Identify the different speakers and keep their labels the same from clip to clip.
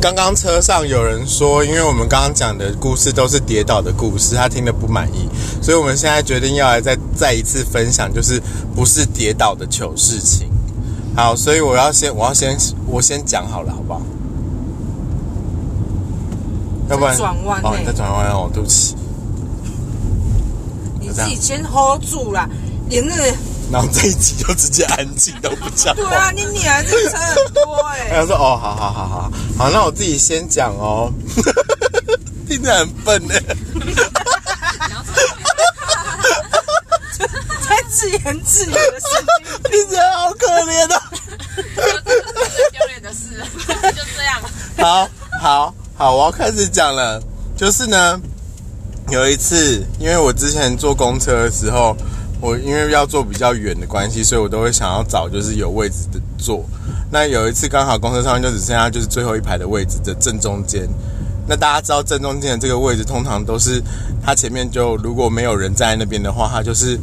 Speaker 1: 刚刚车上有人说，因为我们刚刚讲的故事都是跌倒的故事，他听得不满意，所以我们现在决定要来再再一次分享，就是不是跌倒的糗事情。好，所以我要先，我要先，我先讲好了，好不好？要不然
Speaker 2: 转弯
Speaker 1: 哦，
Speaker 2: 欸
Speaker 1: 你在转弯哦，对不起，
Speaker 2: 你自己先 hold 住啦，连那个
Speaker 1: 然后这一集就直接安静都不讲
Speaker 2: 对
Speaker 1: 话。
Speaker 2: 啊，你女儿真的差很多哎、
Speaker 1: 他说：“哦，好好好好好，那我自己先讲哦。” 听着很笨欸呢，
Speaker 2: 在自言自语的事情。
Speaker 1: 听起来好可怜哦。
Speaker 3: 最丢脸的事，就这样。
Speaker 1: 好好好，我要开始讲了。就是呢，有一次，因为我之前坐公车的时候，我因为要坐比较远的关系，所以我都会想要找就是有位置的坐。那有一次刚好公车上面就只剩下就是最后一排的位置的正中间。那大家知道正中间的这个位置，通常都是它前面就如果没有人站在那边的话，它就是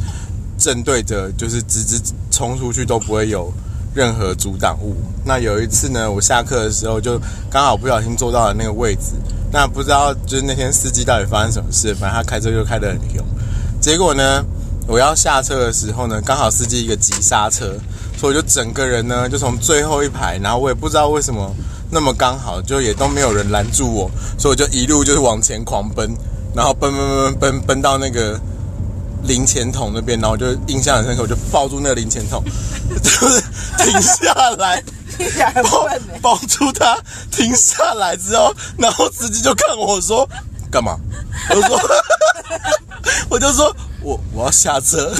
Speaker 1: 正对着，就是直直冲出去都不会有任何阻挡物。那有一次呢，我下课的时候就刚好不小心坐到了那个位置，那不知道就是那天司机到底发生什么事，反正他开车就开得很凶。结果呢，我要下车的时候呢，刚好司机一个急刹车，所以我就整个人呢就从最后一排，然后我也不知道为什么那么刚好，就也都没有人拦住我，所以我就一路就是往前狂奔，然后奔奔奔奔奔奔到那个 零钱桶那边，然后我就印象很深刻，我就抱住那个零钱 桶，就是停下来，抱抱住它，停下来之后，然后司机就看我说干嘛？我就说， 我就说我我要下车。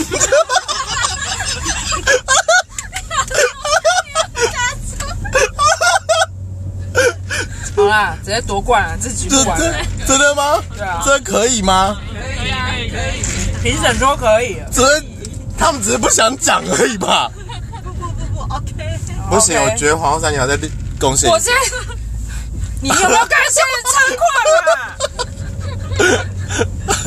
Speaker 2: 好啦，直接夺冠了，自己
Speaker 1: 这
Speaker 2: 不玩
Speaker 1: 这
Speaker 2: 了，
Speaker 1: 真的吗？
Speaker 2: 对啊
Speaker 1: 这可以吗？
Speaker 3: 可以啊，可以。
Speaker 2: 评审说可以了。
Speaker 1: 只是他们只是不想讲而已吧？不不不不，OK。不行
Speaker 2: OK
Speaker 1: 我觉得黄浩山你要再贡献一
Speaker 2: 我
Speaker 1: 次。
Speaker 2: 是，你有没有看现在状 况啊？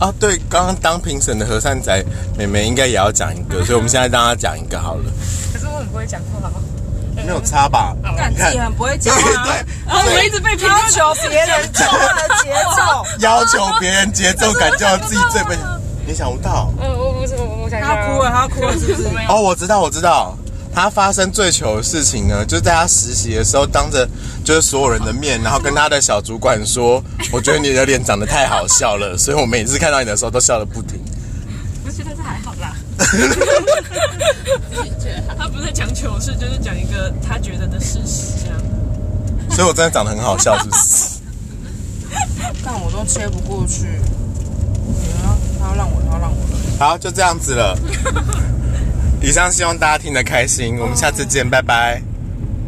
Speaker 1: 啊，对，刚刚当评审的和善仔妹妹应该也要讲一个， 所以我们现在让她讲一个好了。
Speaker 3: 可是我很不会讲话。
Speaker 1: 没有差吧？
Speaker 2: 干自己很不会讲话，
Speaker 3: 啊，我一直被评
Speaker 2: 要
Speaker 3: 论
Speaker 2: 求别人讲话的节奏。
Speaker 1: 要求别人节奏感，就要自己最笨。你想不到
Speaker 3: 嗯，我不是我，我想
Speaker 2: 他哭了，他哭了，是不 是？
Speaker 1: 哦，我知道，我知道。他发生最糗的事情呢，就是在他实习的时候，当着就是所有人的面，然后跟他的小主管 说：“我觉得你的脸长得太好笑了，所以我每次看到你的时候都笑得不停。
Speaker 3: 不是，但是还好啦。他不是在讲糗事，就是讲一个他觉得的事实，这样。”
Speaker 1: 所以我真的长得很好笑，是不是？
Speaker 2: 但我都切不过去。啊他要让我，他要让我。
Speaker 1: 好，就这样子了。以上希望大家听得开心，我们下次见，拜拜。